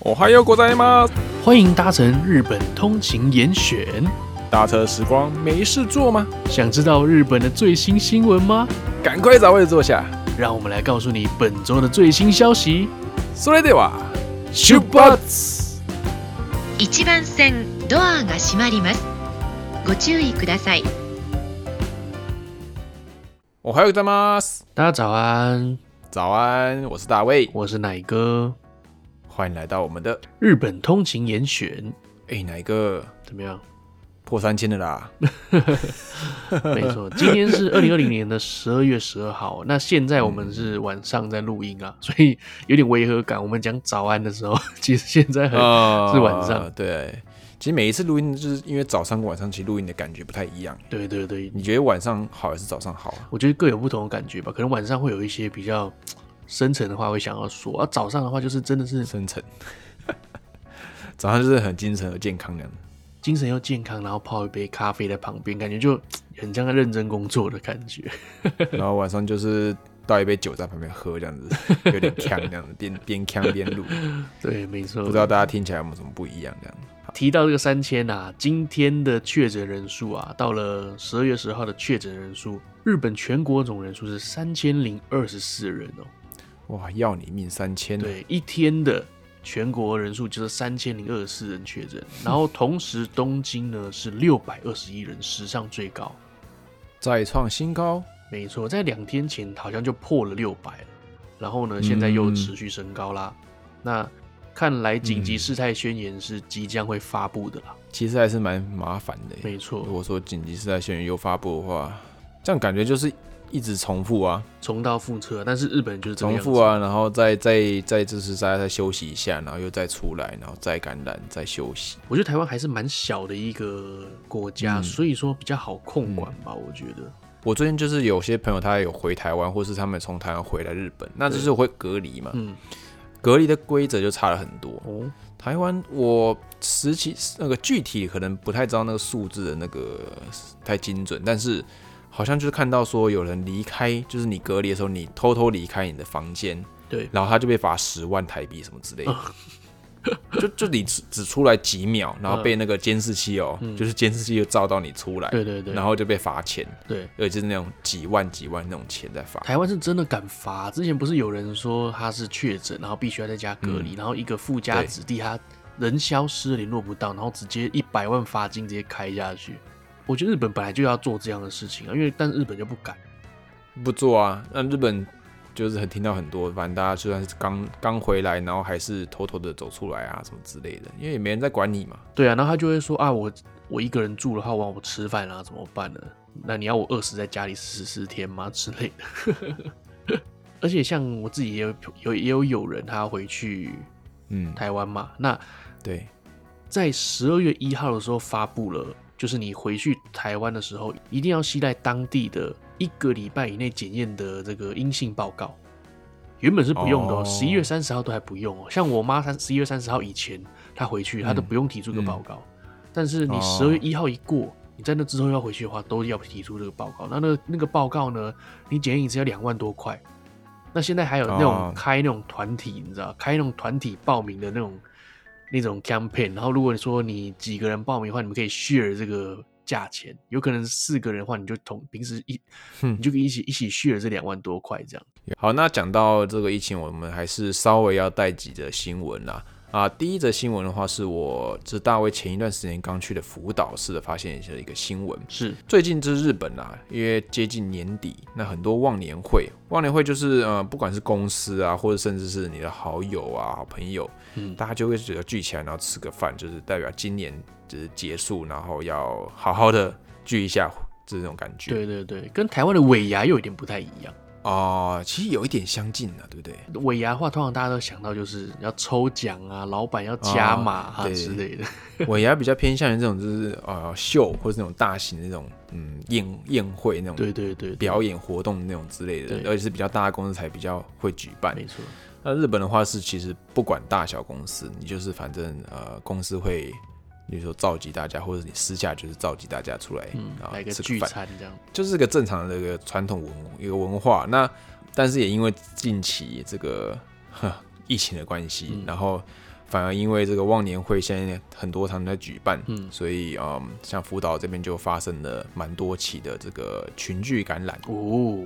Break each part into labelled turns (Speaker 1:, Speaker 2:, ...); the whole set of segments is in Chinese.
Speaker 1: 哦嗨哟，国仔吗？
Speaker 2: 欢迎搭乘日本通勤严选。
Speaker 1: 搭车时光没事做吗？
Speaker 2: 想知道日本的最新新闻吗？
Speaker 1: 赶快找位置坐下。
Speaker 2: 让我们来告诉你本周的最新消息。
Speaker 1: それでは、出発！
Speaker 3: 1番線ドアが閉まりますご注意ください
Speaker 1: 哦嗨哟，大妈，
Speaker 2: 大家早安，
Speaker 1: 早安，我是大卫，
Speaker 2: 我是奶哥。
Speaker 1: 欢迎来到我们的
Speaker 2: 日本通勤严选
Speaker 1: 哎哪一个
Speaker 2: 怎么样？
Speaker 1: 破三千的 啦？
Speaker 2: 没错，今天是二零二零年的十二月十二号。那现在我们是晚上在录音啊，所以有点违和感。我们讲早安的时候， 其实现在很、
Speaker 1: 啊
Speaker 2: 是晚上
Speaker 1: 对。其实每一次录音，就是因为早上跟晚上其实录音的感觉不太一样。
Speaker 2: 对对对，
Speaker 1: 你觉得晚上好还是早上好啊？
Speaker 2: 我觉得各有不同的感觉吧。可能晚上会有一些比较深层的话会想要说，啊，早上的话就是真的是
Speaker 1: 深沉。 早上就是很精神和健康 这样。
Speaker 2: 精神又健康，然后泡一杯咖啡在旁边，感觉就很像在认真工作的感觉。
Speaker 1: 然后晚上就是倒一杯酒在旁边喝，这样子有点呛，这样子边边呛边录，
Speaker 2: 对，没错。
Speaker 1: 不知道大家听起来有没有什么不一样？这样
Speaker 2: 提到这个三千啊，今天的确诊人数啊，到了十二月十号的确诊人数，日本全国总人数是三千零二十四人哦。
Speaker 1: 哇，要你命三千！，啊
Speaker 2: 对，一天的全国人数就是三千零二十四人确诊，然后同时东京呢是六百二十一人，史上最高。
Speaker 1: 再创新高，
Speaker 2: 没错，在两天前好像就破了六百了，然后呢，现在
Speaker 1: 嗯
Speaker 2: 又持续升高啦。那看来紧急事态宣言是即将会发布的啦。
Speaker 1: 其实还是蛮麻烦的耶。
Speaker 2: 没
Speaker 1: 如
Speaker 2: 错，
Speaker 1: 果说紧急事态宣言又发布的话，这样感觉就是一直重复啊，
Speaker 2: 重蹈覆辙，但是日本就是这个
Speaker 1: 重
Speaker 2: 样子
Speaker 1: 复，啊，然后再再再就是再再休息一下，然后又再出来，然后再感染，再休息。
Speaker 2: 我觉得台湾还是蛮小的一个国
Speaker 1: 嗯
Speaker 2: 家，所以说比较好控管吧。我觉得
Speaker 1: 我最近就是有些朋友他有回台湾，或是他们从台湾回来日本，那就是会隔离嘛。
Speaker 2: 嗯
Speaker 1: 隔离的规则就差了很多。
Speaker 2: 哦，
Speaker 1: 台湾我实际那个具体可能不太知道那个数字的那个太精准，但是好像就是看到说有人离开，就是你隔离的时候，你偷偷离开你的房间，
Speaker 2: 对，
Speaker 1: 然后他就被罚十万台币什么之类 的。就就你只只出来几秒，然后被那个监视器哦、就是监视器就照到你出来，
Speaker 2: 嗯对对对
Speaker 1: 然后就被罚钱，
Speaker 2: 对。
Speaker 1: 而且就是那种几万几万那种钱在罚。
Speaker 2: 台湾是真的敢罚，之前不是有人说他是确诊，然后必须要在家隔离，然后一个附加
Speaker 1: 对
Speaker 2: 子弟他人消失了联络不到，然后直接一百万罚金直接开下去。我觉得日本本来就要做这样的事情啊，因为但日本就不敢。
Speaker 1: 不做啊。那日本就是很听到很多，反正大家就算是刚刚回来，然后还是偷偷的走出来啊，什么之类的，因为也没人在管你嘛。
Speaker 2: 对啊，然后他就会说啊，我我一个人住的话，晚上我吃饭啊怎么办呢？那你要我饿死在家里十四天吗之类的？ 而且像我自己也有有也有友人他回去
Speaker 1: 嗯，
Speaker 2: 台湾嘛，那
Speaker 1: 对，
Speaker 2: 在十二月一号的时候发布了，就是你回去台湾的时候，一定要携带当地的一个礼拜以内检验的这个阴性报告。原本是不用的、哦，
Speaker 1: 哦
Speaker 2: 十一、月三十号都还不用哦。像我妈，她十一月三十号以前她回去，她都不用提出个报告。但是你
Speaker 1: 哦
Speaker 2: 十二月一号一过，你在那之后要回去的话，都要提出这个报告。那那那个报告呢，你检验一次要两万多块。那现在还有那种
Speaker 1: 哦
Speaker 2: 开那种团体，你知道，开那种团体报名的那种那种 campaign，然后如果你说你几个人报名的话，你们可以 share 这个价钱，有可能四个人的话，你就同平时一
Speaker 1: 哼
Speaker 2: 你就可以一起一起 share 这两万多块这样。
Speaker 1: 好，那讲到这个疫情，我们还是稍微要带几则新闻啦。啊，第一则新闻的话，是我这大卫前一段时间刚去的福岛市的发现的一个新闻。
Speaker 2: 是，
Speaker 1: 最近这日本啊，因为接近年底，那很多忘年会，忘年会就是呃，不管是公司啊，或者甚至是你的好友啊、好朋友，
Speaker 2: 嗯
Speaker 1: 大家就会觉得聚起来，然后吃个饭，就是代表今年就是结束，然后要好好的聚一下，这种感觉。
Speaker 2: 对对对，跟台湾的尾牙又有点不太一样。
Speaker 1: 哦、其实有一点相近啊，对不 对？
Speaker 2: 尾牙的话，通常大家都想到就是要抽奖啊，老板要加码啊、
Speaker 1: 哦对
Speaker 2: 之类的。
Speaker 1: 尾牙比较偏向于这种就是呃秀或是那种大型的那种嗯宴宴会那种
Speaker 2: 对对对，
Speaker 1: 表演活动那种之类的
Speaker 2: 对，
Speaker 1: 而且是比较大的公司才比较会举办。
Speaker 2: 没错，
Speaker 1: 那日本的话是，其实不管大小公司，你就是反正呃，公司会，比如说召集大家，或者你私下就是召集大家出来，
Speaker 2: 嗯，
Speaker 1: 然后
Speaker 2: 来个
Speaker 1: 啊吃
Speaker 2: 聚
Speaker 1: 饭，
Speaker 2: 餐这样。
Speaker 1: 就是个正常的一个传统文一个文化。那
Speaker 2: 嗯
Speaker 1: 但是也因为近期这个呵疫情的关系，然后反而因为这个忘年会现在很多他们在举办，
Speaker 2: 嗯
Speaker 1: 所以嗯，像福岛这边就发生了蛮多起的这个群聚感染，
Speaker 2: 哦，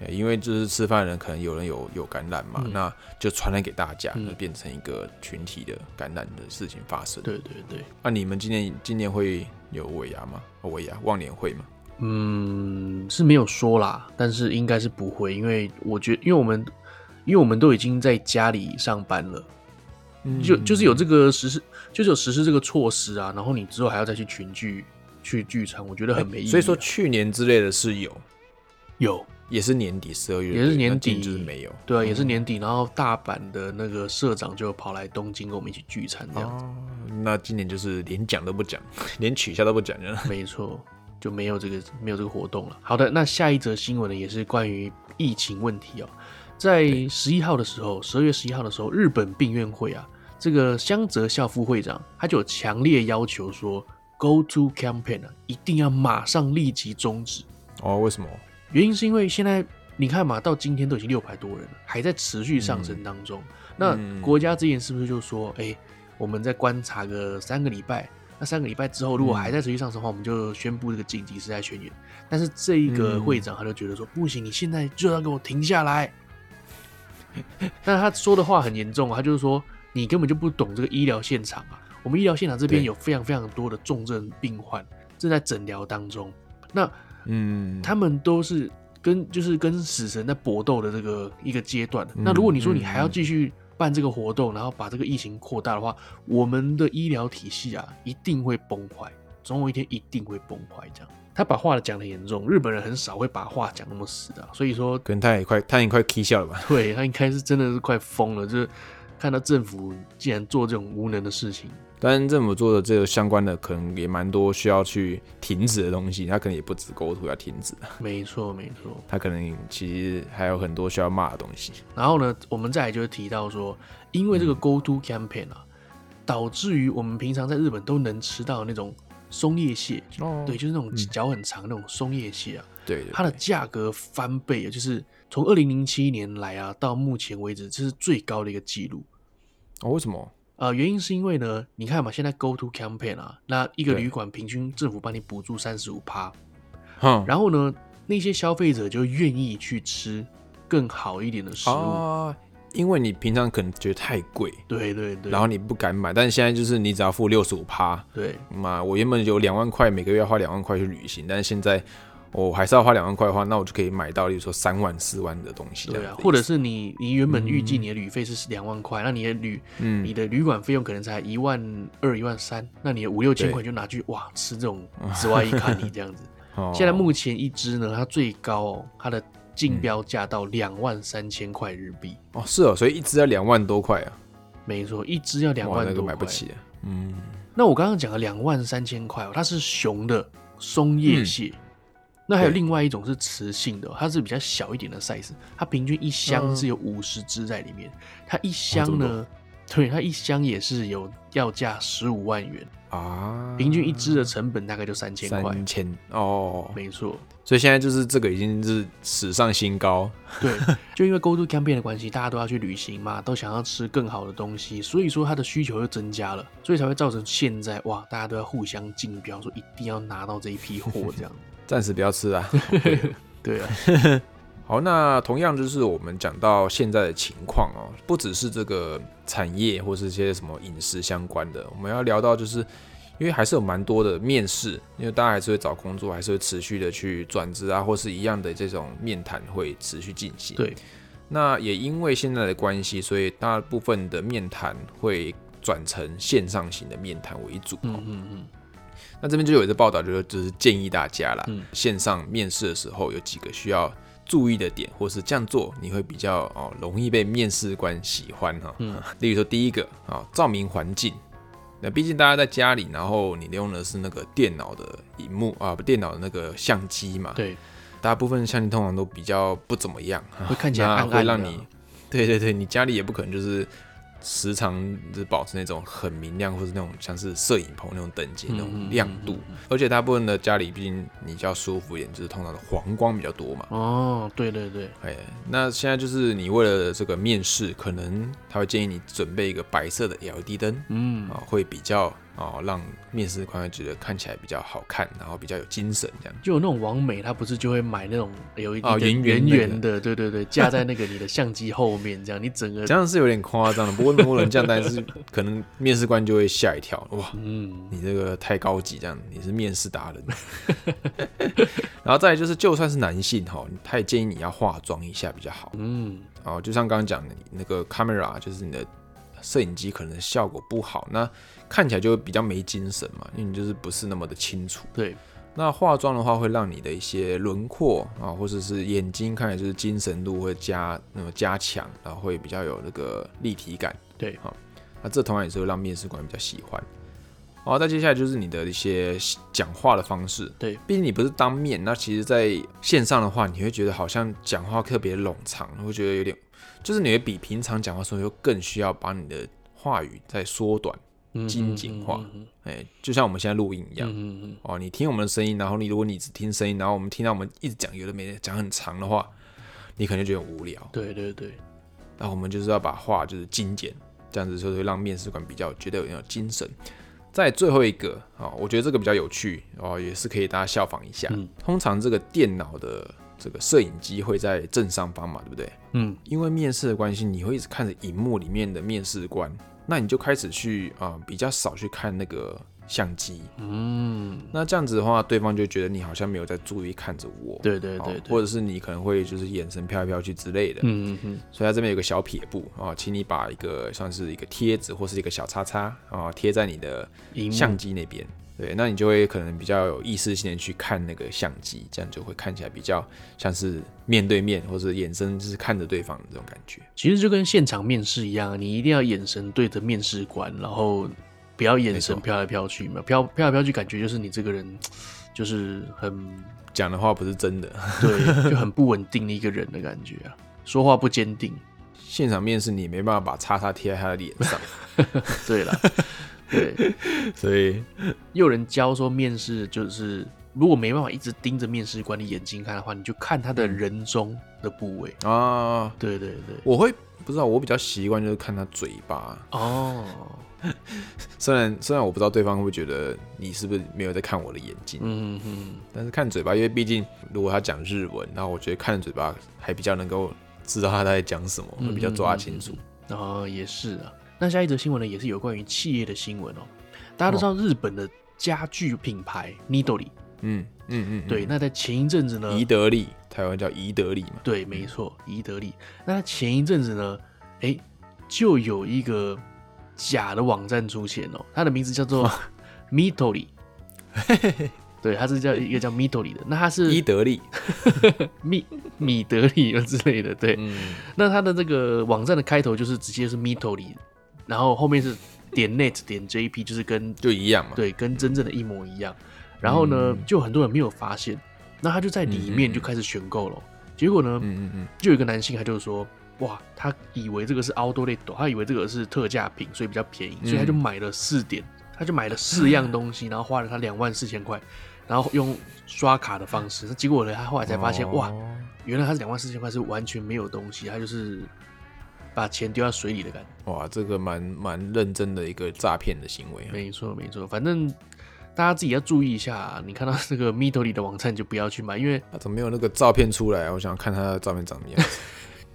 Speaker 1: 呃因为就是吃饭的人可能有人有有感染嘛，
Speaker 2: 嗯
Speaker 1: 那就传染给大家，
Speaker 2: 嗯
Speaker 1: 就变成一个群体的感染的事情发生。
Speaker 2: 对对对，
Speaker 1: 那、你们今年今年会有尾牙吗？哦尾牙忘年会吗？
Speaker 2: 嗯，是没有说啦，但是应该是不会，因为我觉因为我们因为我们都已经在家里上班了，嗯就就是有这个实施，就是有实施这个措施啊，然后你之后还要再去群聚去聚餐，我觉得很没意义啊、
Speaker 1: 哎所以说去年之类的是有，
Speaker 2: 有
Speaker 1: 也是年底十二月，
Speaker 2: 也是
Speaker 1: 对
Speaker 2: 年
Speaker 1: 那今
Speaker 2: 底
Speaker 1: 就是没有。哦
Speaker 2: 对啊，也是年底，然后大阪的那个社长就跑来东京跟我们一起聚餐，这样子，
Speaker 1: 哦，那今年就是连讲都不讲， 连取消都不讲，真 的
Speaker 2: 没错，就没有这个没有这个活动了。好的，那下一则新闻呢，也是关于疫情问题哦、在十一号的时候，十二月十一号的时候，日本病院会啊，这个香泽孝副会长他就有强烈要求说，Go to campaign 啊，一定要马上立即终止。
Speaker 1: 哦，为什么？
Speaker 2: 原因是因为现在你看嘛，到今天都已经六百多人了，还在持续上升当中。那国家之前是不是就说，哎、我们再观察个三个礼拜？那三个礼拜之后，如果还在持续上升的话，我们就宣布这个紧急事态宣言。但是这一个
Speaker 1: 嗯
Speaker 2: 会长他就觉得说，不行，你现在就要给我停下来。 但他说的话很严重啊，他就是说你根本就不懂这个医疗现场啊。我们医疗现场这边
Speaker 1: 对
Speaker 2: 有非常非常多的重症病患正在诊疗当中，那
Speaker 1: 嗯，
Speaker 2: 他们都是跟就是跟死神在搏斗的这个一个阶段。那如果你说你还要继续办这个活动，然后把这个疫情扩大的话，我们的医疗体系啊一定会崩坏，总有一天一定会崩坏。这样，他把话讲的严重，日本人很少会把话讲那么死的啊、所以说
Speaker 1: 可能他也快，他也快 K 笑了吧？
Speaker 2: 对他应该是真的是快疯了，就是看到政府竟然做这种无能的事情。
Speaker 1: 当然，政府做的这个相关的，可能也蛮多需要去停止的东西，他可能也不止构图要停止，
Speaker 2: 没错，没错。
Speaker 1: 他可能其实还有很多需要骂的东西。
Speaker 2: 然后呢，我们再来就是提到说，因为这个 Go To Campaign 啊，导致于我们平常在日本都能吃到那种松叶蟹，
Speaker 1: 哦
Speaker 2: 对，就是那种
Speaker 1: 嗯
Speaker 2: 脚很长的那种松叶蟹啊，
Speaker 1: 对对，
Speaker 2: 它的价格翻倍，也就是从二零零七年来啊到目前为止，这是最高的一个记录。
Speaker 1: 哦，为什么？
Speaker 2: 呃，原因是因为呢，你看嘛，现在 Go To Campaign 啊，那一个
Speaker 1: 对
Speaker 2: 旅馆平均政府帮你补助三十五趴，
Speaker 1: 哼，
Speaker 2: 然后呢，那些消费者就愿意去吃更好一点的食物。
Speaker 1: 啊，因为你平常可能觉得太贵，
Speaker 2: 对对对，
Speaker 1: 然后你不敢买，但是现在就是你只要付六十五趴，
Speaker 2: 对，
Speaker 1: 妈，我原本有两万块，每个月要花两万块去旅行，但是现在哦我还是要花两万块的话，那我就可以买到，例如说三万、四万的东西这
Speaker 2: 对
Speaker 1: 样
Speaker 2: 啊
Speaker 1: 子，，
Speaker 2: 或者是你你原本预计你的旅费是两万块，那你的旅、你
Speaker 1: 嗯，
Speaker 2: 的旅馆费用可能才一万二、一万三，那你的五六千
Speaker 1: 对
Speaker 2: 块就拿去哇吃这种紫外一看你这样子。
Speaker 1: 哦
Speaker 2: 现在目前一支呢，它最高哦，它的
Speaker 1: 嗯
Speaker 2: 竞标价到两万三千块日币，
Speaker 1: 哦是哦，所以一只要两万多块啊，
Speaker 2: 没错，一支要两
Speaker 1: 哇，
Speaker 2: 万
Speaker 1: 那个
Speaker 2: 多块。
Speaker 1: 买不起啊，嗯，
Speaker 2: 那我刚刚讲的两万三千块哦，它是雄的松叶蟹。那还有
Speaker 1: 嗯对
Speaker 2: 另外一种是雌性的哦、它是比较小一点的 size，它平均一箱
Speaker 1: 嗯哦
Speaker 2: 是有五十只在里面，它一
Speaker 1: 这
Speaker 2: 箱
Speaker 1: 么
Speaker 2: 呢，对，它一箱也是有要价十五万元，
Speaker 1: 啊，
Speaker 2: 平均一只的成本大概就三千块
Speaker 1: 三，千哦，
Speaker 2: 没错，
Speaker 1: 所以现在就是这个已经是史上新高，
Speaker 2: 对， 就因为 Go To Campaign 的关系，大家都要去旅行嘛，都想要吃更好的东西，所以说它的需求又增加了，所以才会造成现在哇，大家都要互相竞标，说一定要拿到这一批货 这样，
Speaker 1: 暂时不要吃啊。
Speaker 2: 对啊，
Speaker 1: 好，那同样就是我们讲到现在的情况哦，不只是这个产业或是一些什么饮食相关的，我们要聊到就是，因为还是有蛮多的面试，因为大家还是会找工作，还是会持续的去转职啊，或是一样的这种面谈会持续进行。
Speaker 2: 对，
Speaker 1: 那也因为现在的关系，所以大部分的面谈会转成线上型的面谈为主、哦。
Speaker 2: 嗯嗯嗯，
Speaker 1: 那这边就有一个报道，就是就是建议大家啦，
Speaker 2: 嗯
Speaker 1: 线上面试的时候有几个需要注意的点，或是这样做你会比较哦容易被面试官喜欢哈、
Speaker 2: 嗯
Speaker 1: 例如说第一个啊、哦照明环境。那毕竟大家在家里，然后你用的是那个电脑的荧幕啊，不，电脑的那个相机嘛。，
Speaker 2: 对，
Speaker 1: 大部分相机通常都比较不怎么样，
Speaker 2: 会看起来
Speaker 1: 啊那
Speaker 2: 暗
Speaker 1: 会
Speaker 2: 暗的
Speaker 1: 让你，对对对，你家里也不可能就是时常就是保持那种很明亮，或是那种像是摄影棚那种等级那种亮度。而且大部分的家里，毕竟你比较舒服一点，就是通常的黄光比较多嘛。
Speaker 2: 哦，对对对，
Speaker 1: 哎，那现在就是你为了这个面试，可能他会建议你准备一个白色的 LED 灯
Speaker 2: 嗯
Speaker 1: 啊、，会比较啊、让面试官会觉得看起来比较好看，然后比较有精神这样。
Speaker 2: 就有那种网美，她不是就会买那种有一
Speaker 1: 哦圆
Speaker 2: 圆
Speaker 1: 圆那个
Speaker 2: 圆的，对对对，架在那个你的相机后面，这样你整个
Speaker 1: 这样是有点夸张的，不过能不能这样，但是可能面试官就会吓一跳，哇，
Speaker 2: 嗯
Speaker 1: 你这个太高级，这样你是面试达人。 然后再来就是，就算是男性哈，你他也建议你要化妆一下比较好。
Speaker 2: 嗯
Speaker 1: 哦，就像刚刚讲的，你那个 camera 就是你的摄影机可能效果不好，那看起来就会比较没精神嘛，因为你就是不是那么的清楚。
Speaker 2: 对，
Speaker 1: 那化妆的话，会让你的一些轮廓啊，或者是眼睛看起来就是精神度会加那么加强，然后会比较有那个立体感。
Speaker 2: 对
Speaker 1: 好、那这同样也是会让面试官比较喜欢。然后再接下来就是你的一些讲话的方式，
Speaker 2: 对
Speaker 1: 毕竟你不是当面，那其实在线上的话，你会觉得好像讲话特别冗长，会觉得有点，就是你会比平常讲话的时候又更需要把你的话语再缩短，
Speaker 2: 嗯
Speaker 1: 精简化
Speaker 2: 嗯
Speaker 1: 哎、就像我们现在录音一样，
Speaker 2: 嗯嗯，
Speaker 1: 哦，你听我们的声音，然后你如果你只听声音，然后我们听到我们一直讲有的没的讲很长的话，你可能就觉得很无聊。
Speaker 2: 对对对，
Speaker 1: 那我们就是要把话就是精简，这样子就会让面试官比较觉得有点有精神。再最后一个啊、哦，我觉得这个比较有趣哦，也是可以大家效仿一下。
Speaker 2: 嗯
Speaker 1: 通常这个电脑的这个摄影机会在正上方嘛，对不对？
Speaker 2: 嗯
Speaker 1: 因为面试的关系，你会一直看着荧幕里面的面试官，那你就开始去啊、比较少去看那个相机，
Speaker 2: 嗯，
Speaker 1: 那这样子的话，对方就觉得你好像没有在注意看着我，
Speaker 2: 对对
Speaker 1: 哦
Speaker 2: 对对，
Speaker 1: 或者是你可能会就是眼神飘来飘去之类的。
Speaker 2: 嗯嗯嗯，
Speaker 1: 所以它这边有个小撇步啊、哦，请你把一个算是一个贴纸或是一个小叉叉啊、哦贴在你的
Speaker 2: 荧幕
Speaker 1: 相机那边。对，那你就会可能比较有意识性的去看那个相机，这样就会看起来比较像是面对面，或者眼神就是看着对方的这种感觉。
Speaker 2: 其实就跟现场面试一样，啊你一定要眼神对着面试官，然后不要眼神
Speaker 1: 没错
Speaker 2: 飘来飘去嘛，飘飘来飘去，感觉就是你这个人就是很
Speaker 1: 讲的话不是真的，
Speaker 2: 对，就很不稳定的一个人的感觉啊， 说话不坚定。
Speaker 1: 现场面试你没办法把叉叉贴在他的脸 上，
Speaker 2: 对 啦，对，
Speaker 1: 所以
Speaker 2: 也有人教说面试就是，如果没办法一直盯着面试官的眼睛看的话，你就看他的人中的部位。
Speaker 1: 啊、
Speaker 2: 对对对，
Speaker 1: 我会不知道，我比较习惯就是看他嘴巴，
Speaker 2: 哦，
Speaker 1: 虽然虽然我不知道对方会不会觉得你是不是没有在看我的眼睛，
Speaker 2: 嗯嗯，
Speaker 1: 但是看嘴巴，因为毕竟如果他讲日文，然后我觉得看嘴巴还比较能够知道他在讲什么，
Speaker 2: 嗯
Speaker 1: 会比较抓清楚。
Speaker 2: 然、后也是啊。那下一则新闻呢，也是有关于企业的新闻哦。大家都知道日本的家具品牌 Nidori，、
Speaker 1: 嗯嗯嗯，嗯
Speaker 2: 对，那在前一阵子呢，
Speaker 1: 宜得利，台湾叫宜得利嘛，
Speaker 2: 对，没错，宜得利。那前一阵子呢，哎、就有一个假的网站出现哦，它的名字 叫做 Mitori，对，它是叫一个叫 Mitori 的，那它
Speaker 1: 宜
Speaker 2: 是
Speaker 1: 得利，
Speaker 2: 米米德里之类的，对。
Speaker 1: 嗯，
Speaker 2: 那它的这个网站的开头就是直接是 Mitori，然后后面是点 net 点 jp，就是跟
Speaker 1: 就一样嘛。，
Speaker 2: 对，跟真正的一模一样。然后
Speaker 1: 嗯
Speaker 2: 呢，就很多人没有发现，那他就在里面就开始选购了。哦结果呢，
Speaker 1: 嗯嗯嗯，
Speaker 2: 就有一个男性，他就说，哇，他以为这个是 outdoor l 他以为这个是特价品，所以比较便宜，所以他就买了四点，他就买了四样东西，然后花了他两万四千块，然后用刷卡的方式。结果呢，他后来才发现，哇，
Speaker 1: 哦
Speaker 2: 原来他两万四千块是完全没有东西，他就是把钱丢到水里的感觉。
Speaker 1: 哇，这个蛮蛮认真的一个诈骗的行为啊。
Speaker 2: 没错，没错，反正大家自己要注意一下、你看到这个 m i t o 里的网站就不要去买，因为
Speaker 1: 他怎么没有那个照片出来啊？我想看他的照片长什么样 子。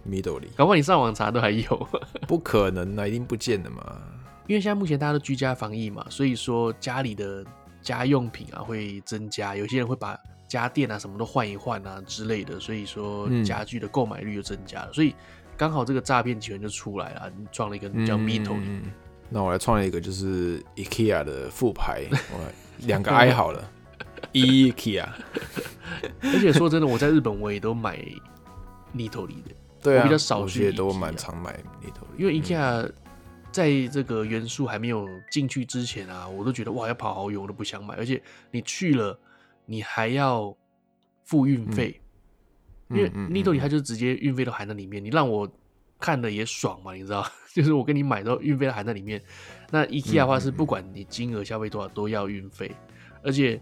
Speaker 1: Middle 里
Speaker 2: 搞不好你上网查都还有。
Speaker 1: 不可能啊，一定不见的嘛。
Speaker 2: 因为现在目前大家都居家防疫嘛，所以说家里的家用品啊会增加，有些人会把家电啊什么都换一换啊之类的，所以说
Speaker 1: 嗯
Speaker 2: 家具的购买率就增加了，所以刚好这个诈骗集团就出来了，创了一个叫 m i t o 里。
Speaker 1: 嗯那我来创一个就是 IKEA 的副 牌，我来两个 I 好了 E，IKEA。
Speaker 2: 而且说真的，我在日本我也都买 m i t o 里的，
Speaker 1: 对啊，
Speaker 2: 我比较少
Speaker 1: 我
Speaker 2: 去
Speaker 1: 觉得都
Speaker 2: IKEA
Speaker 1: 蛮常买 Little，
Speaker 2: 因为 IKEA 在这个元素还没有进去之前啊，我都觉得哇要跑好远，我都不想买。而且你去了，你还要
Speaker 1: 嗯
Speaker 2: 付运费，因为 n i d o 里它就直接运费都含在里面。你让我看了也爽嘛，你知道？ 就是我跟你买之后，运费都含在里面。
Speaker 1: 嗯
Speaker 2: 那 IKEA 的话是不管你金额消费多少都要运费，而且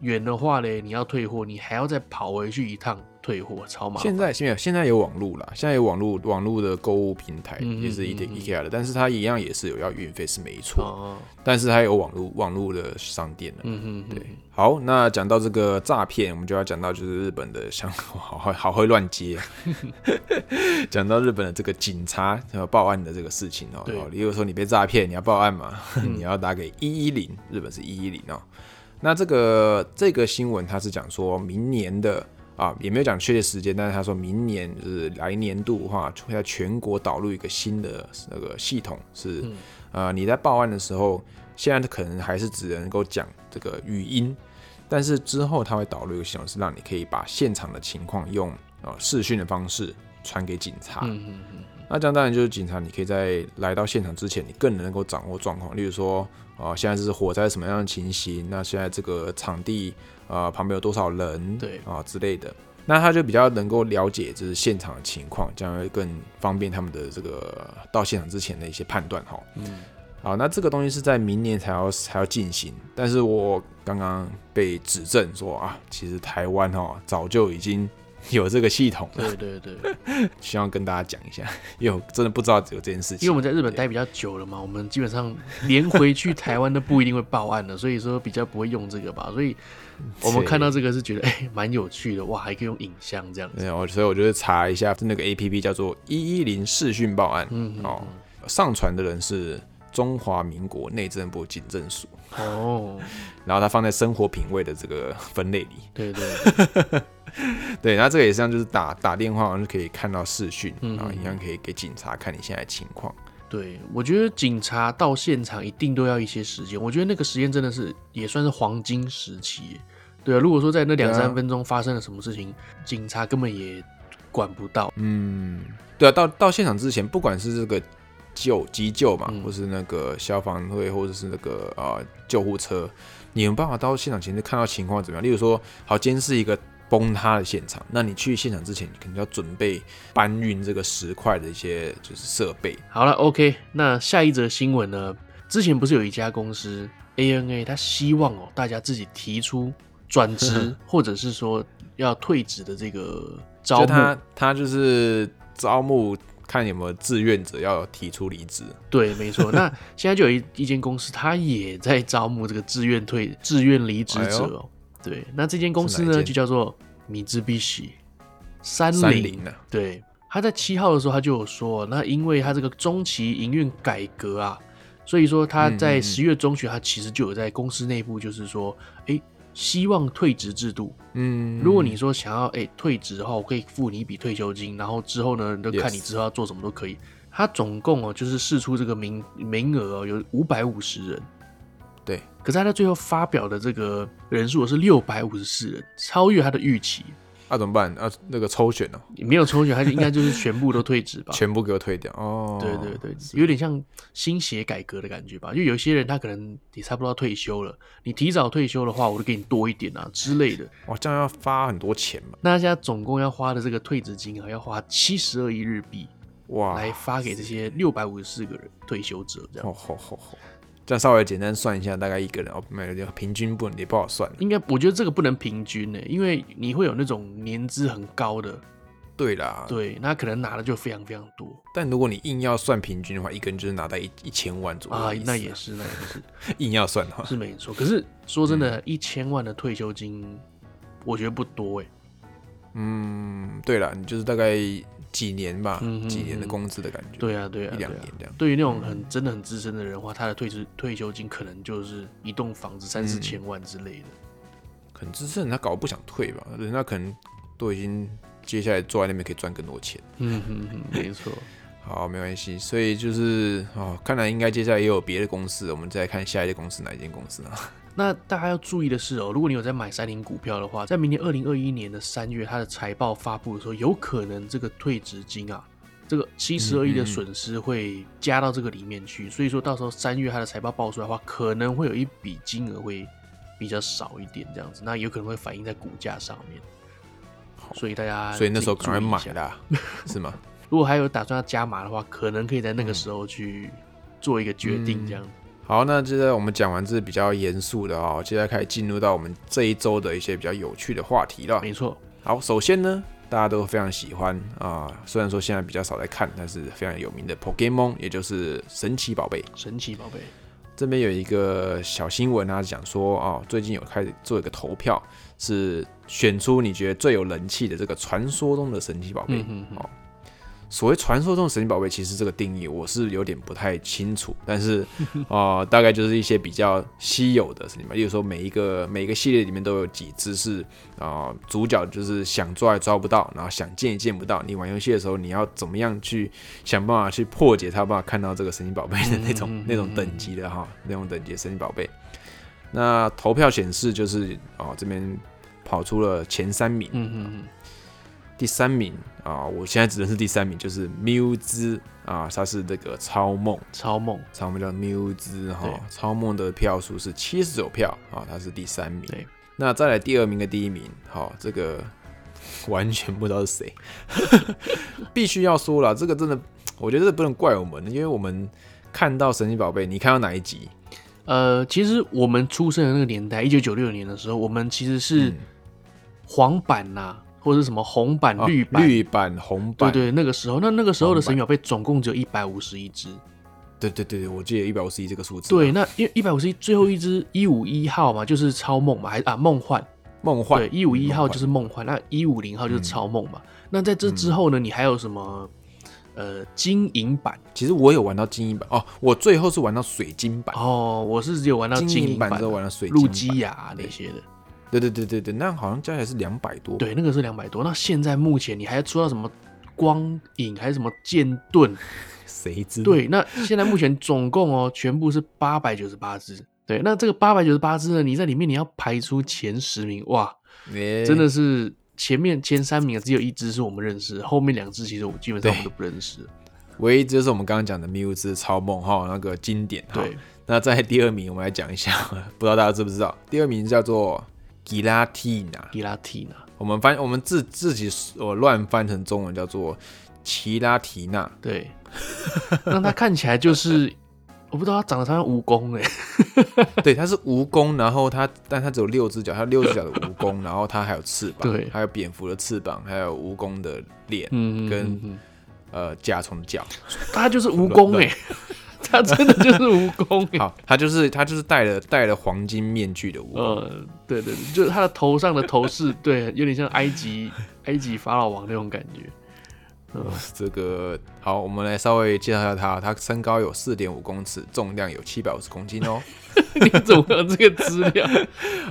Speaker 2: 远的话嘞，你要退货，你还要再跑回去一趟退货，超麻烦。
Speaker 1: 现在现在现在有网络啦，现在有网络网络的购物平台
Speaker 2: 嗯嗯
Speaker 1: 也是一 k
Speaker 2: 嗯嗯
Speaker 1: IKEA 的，但是它一样也是有要运费是没错，
Speaker 2: 哦，
Speaker 1: 但是它有网络网络的商店了。
Speaker 2: 嗯哼，
Speaker 1: 对，好，那讲到这个诈骗，我们就要讲到就是日本的像好 会好会乱接，讲到日本的这个警察呃报案的这个事情哦，
Speaker 2: 对
Speaker 1: 哦例如说你被诈骗，你要报案嘛， 你要打给一一零，日本是一一零哦。那这个这个新闻它是讲说明年的啊，也没有讲确切时间，但是他说明年就是来年度的话，会在全国导入一个新的那个系统，是、呃你在报案的时候，现在可能还是只能够讲这个语音，但是之后它会导入一个系统，是让你可以把现场的情况用呃视讯的方式传给警察。
Speaker 2: 嗯哼哼，
Speaker 1: 那这样当然就是警察，你可以在来到现场之前，你更能够掌握状况。例如说，啊、现在是火灾什么样的情形？那现在这个场地啊旁边有多少人？
Speaker 2: 对
Speaker 1: 啊、之类的。那他就比较能够了解就是现场的情况，这样会更方便他们的这个到现场之前的一些判断哈。
Speaker 2: 嗯，
Speaker 1: 好，那这个东西是在明年才要才要进行，但是我刚刚被指正说啊，其实台湾哦早就已经有这个系统了，
Speaker 2: 对对 对，
Speaker 1: 希望跟大家讲一下， 因为我真的不知道有这件事情。
Speaker 2: 因为我们在日本待比较久了嘛，我们基本上连回去台湾都不一定会报案的，所以说比较不会用这个吧。所以我们看到这个是觉得哎蛮、有趣的，哇，还可以用影像这样子。
Speaker 1: 没有，所以我就是查一下那个 A P P 叫做一一零视讯报案，
Speaker 2: 嗯
Speaker 1: 哦，上传的人是中华民国内政部警政署，
Speaker 2: 哦，
Speaker 1: 然后它放在生活品味的这个分类里。
Speaker 2: 对对对，
Speaker 1: 对，然后这个也是这样，就是打打电话，好像就可以看到视讯，
Speaker 2: 嗯
Speaker 1: 然后一样可以给警察看你现在的情况。
Speaker 2: 对我觉得警察到现场一定都要一些时间，我觉得那个时间真的是也算是黄金时期耶。对啊，如果说在那两
Speaker 1: 对啊
Speaker 2: 三分钟发生了什么事情，警察根本也管不到。
Speaker 1: 嗯，对啊，到到现场之前，不管是这个救急救嘛，
Speaker 2: 嗯
Speaker 1: 或是那个消防队，或者是那个呃救护车，你有办法到现场前就看到情况怎么样？例如说，好，今天是一个崩塌的现场，那你去现场之前，你可能就要准备搬运这个石块的一些就是设备。
Speaker 2: 好了，OK，那下一则新闻呢？之前不是有一家公司 ANA，它希望哦大家自己提出 转职或者是说要退职的这个招
Speaker 1: 就
Speaker 2: 募
Speaker 1: 他，他就是招募看有没有志愿者要提出离职。
Speaker 2: 对，没错。 那现在就有一一间公司，它也在招募这个自愿退、自愿离职者哦。对，那这间公司
Speaker 1: 哎是
Speaker 2: 呢
Speaker 1: 哪一间
Speaker 2: 就叫做米兹比喜三
Speaker 1: 三
Speaker 2: 菱
Speaker 1: 菱啊
Speaker 2: 对，他在七号的时候他就有说，那因为他这个中期营运改革啊，所以说他
Speaker 1: 嗯嗯
Speaker 2: 在
Speaker 1: 嗯
Speaker 2: 十月中旬，他其实就有在公司内部就是说，哎、希望退职制度。
Speaker 1: 嗯，
Speaker 2: 如果你说想要哎、退职的话，我可以付你一笔退休金，然后之后呢，你就看
Speaker 1: Yes
Speaker 2: 你之后要做什么都可以。他总共哦，就是试出这个名名额哦，有五百五十人，
Speaker 1: 对，
Speaker 2: 可是他在最后发表的这个人数哦是六百五十四人，超越他的预期。
Speaker 1: 那、怎么办？啊，那个抽选呢、
Speaker 2: 没有抽选，他就应该就是全部都退职吧？
Speaker 1: 全部给我退掉哦。
Speaker 2: 啊对对对，有点像新血改革的感觉吧。因为有些人他可能也差不多要退休了，你提早退休的话，我就给你多一点啊之类的。
Speaker 1: 哇，这样要发很多钱嘛？
Speaker 2: 那大家总共要花的这个退职金啊，要花七十二亿日币
Speaker 1: 哇，
Speaker 2: 来发给这些六百五十四个人退休者，这样
Speaker 1: 吼吼吼吼，这样稍微简单算一下，大概一个人哦，没有就平均不也不好算。
Speaker 2: 应该我觉得这个不能平均呢、因为你会有那种年资很高的，
Speaker 1: 啊对啦，
Speaker 2: 对，那可能拿的就非常非常多
Speaker 1: 但如果你硬要算平均的话，一个人就是拿到一一千万左右
Speaker 2: 啊
Speaker 1: 的意，思
Speaker 2: 那也是那也是。
Speaker 1: 硬要算的话，
Speaker 2: 是没错。可是说
Speaker 1: 嗯
Speaker 2: 真的，一千万的退休金，我觉得不多哎、
Speaker 1: 嗯，对啦，你就是大概几年吧，
Speaker 2: 嗯哼
Speaker 1: 几年的工资的感觉，
Speaker 2: 对啊，对啊，
Speaker 1: 一
Speaker 2: 对
Speaker 1: 两
Speaker 2: 啊
Speaker 1: 年。这嗯样。
Speaker 2: 对于那种很真的很资深的人的话，他的退职退休金可能就是一栋房子三四
Speaker 1: 嗯
Speaker 2: 千万之类的。
Speaker 1: 可能资深人他搞不想退吧，人家可能都已经接下来坐在那边可以赚更多钱。
Speaker 2: 嗯哼哼，没错。
Speaker 1: 好，没关系，所以就是哦，看来应该接下来也有别的公司，我们再看下一个公司哪一间公司呢？
Speaker 2: 那大家要注意的是哦，如果你有在买三菱股票的话，在明年二零二一年的三月，它的财报发布的时候，有可能这个退职金啊，这个七十二亿
Speaker 1: 嗯
Speaker 2: 的损失会加到这个里面去。所以说到时候三月它的财报爆出来的话，可能会有一笔金额会比较少一点这样子，那有可能会反映在股价上面。所以大家
Speaker 1: 所以那时候
Speaker 2: 自
Speaker 1: 赶
Speaker 2: 己注意
Speaker 1: 快买
Speaker 2: 一下
Speaker 1: 啦，是吗？
Speaker 2: 如果还有打算要加码的话，可能可以在
Speaker 1: 嗯
Speaker 2: 那个时候去做一个决定，这样子。
Speaker 1: 好，那接下来我们讲完这比较严肃的哦，接下来开始进入到我们这一周的一些比较有趣的话题了。
Speaker 2: 没错，
Speaker 1: 好，首先呢，大家都非常喜欢啊、虽然说现在比较少在看，但是非常有名的 Pokemon，也就是神奇宝贝。
Speaker 2: 神奇宝贝，
Speaker 1: 这边有一个小新闻啊，讲说哦，最近有开始做一个投票，是选出你觉得最有人气的这个传说中的神奇宝贝。
Speaker 2: 嗯哼哼，
Speaker 1: 哦所谓传说中的神奇宝贝，其实这个定义我是有点不太清楚，但是 呃，大概就是一些比较稀有的神奇宝贝，例如说每一个每一个系列里面都有几只是啊、呃主角就是想抓也抓不到，然后想见也见不到。你玩游戏的时候，你要怎么样去想办法去破解它，办法看到这个神奇宝贝的那种、
Speaker 2: 嗯嗯嗯
Speaker 1: 那种等级的哈，那种等级的神奇宝贝。那投票显示就是哦、这边跑出了前三名，
Speaker 2: 嗯哼哼，
Speaker 1: 第三名啊，我现在只认识第三名，就是缪兹啊，他是这个超梦，
Speaker 2: 超梦，
Speaker 1: 超梦叫缪兹哈
Speaker 2: 对，
Speaker 1: 超梦的票数是七十九票啊，他是第三名。
Speaker 2: 对，
Speaker 1: 那再来第二名跟第一名，好、这个完全不知道是谁， 必须要说了，这个真的，我觉得这不能怪我们，因为我们看到神奇宝贝，你看到哪一集？
Speaker 2: 呃，其实我们出生的那个年代，一九九六年的时候，我们其实是
Speaker 1: 嗯
Speaker 2: 黄版呐、或者是什么红版、
Speaker 1: 啊
Speaker 2: 绿版，
Speaker 1: 绿版、红
Speaker 2: 对
Speaker 1: 版，
Speaker 2: 对，那个时候，那那个时候的
Speaker 1: 黄版
Speaker 2: 神奇宝贝总共只有一百五十一只。
Speaker 1: 对对对对我记得一百五十一这个数字。
Speaker 2: 对，，那因为一百五十一最后一只一五一号嘛，就是超梦嘛，还是啊梦幻。
Speaker 1: 梦幻嗯
Speaker 2: 对，一五一号就是
Speaker 1: 梦
Speaker 2: 梦幻，那一五零号就是超梦嘛。那在这之后呢，你还有什么？呃，金银版
Speaker 1: 幻其实我有玩到金银版哦，我最后是玩到水晶版。
Speaker 2: 哦，我是只有玩到
Speaker 1: 金
Speaker 2: 银
Speaker 1: 银版之后
Speaker 2: 的
Speaker 1: 玩了水晶
Speaker 2: 路
Speaker 1: 版
Speaker 2: 基亚啊那些的。
Speaker 1: 对对对对对，那好像加起来是两百多。
Speaker 2: 对，那个是两百多。那现在目前你还出到什么光影，还是什么剑盾？
Speaker 1: 谁知道？
Speaker 2: 对，那现在目前总共哦，全部是八百九十八只。对，那这个八百九十八只呢，你在里面你要排出前十名，哇，
Speaker 1: 诶，
Speaker 2: 真的是前面前三名啊只有一只是我们认识，后面两只其实我基本上
Speaker 1: 对
Speaker 2: 我们都不认识。
Speaker 1: 唯一就是我们刚刚讲的《缪斯超梦》哈，那个经典哈。
Speaker 2: 对，
Speaker 1: 那在第二名，我们来讲一下， 不知道大家知不知道，第二名叫做 Giratina，
Speaker 2: 伊拉提娜，
Speaker 1: 我们翻我们自自己我乱翻成中文叫做奇拉提娜，
Speaker 2: 对，那它看起来就是，我不知道它长得像蜈蚣哎、
Speaker 1: 对，它是蜈蚣，然后它但它只有六只脚，它有六只脚的蜈蚣，然后它还有翅膀，
Speaker 2: 对
Speaker 1: 还有蝙蝠的翅膀，还有蜈蚣的脸，
Speaker 2: 嗯，
Speaker 1: 跟
Speaker 2: 嗯嗯
Speaker 1: 呃甲虫的脚，
Speaker 2: 它就是蜈蚣哎、它真的就是蜈蚣哎、
Speaker 1: 好，他就是他就是戴了戴了黄金面具的蜈蚣，
Speaker 2: 呃，对对对，就是它的头上的头饰，对，有点像埃及埃及法老王那种感 觉。
Speaker 1: 这个好，我们来稍微介绍一下他，他身高有四点五公尺，重量有七百五十公斤 哦。
Speaker 2: 你怎么有这个资料？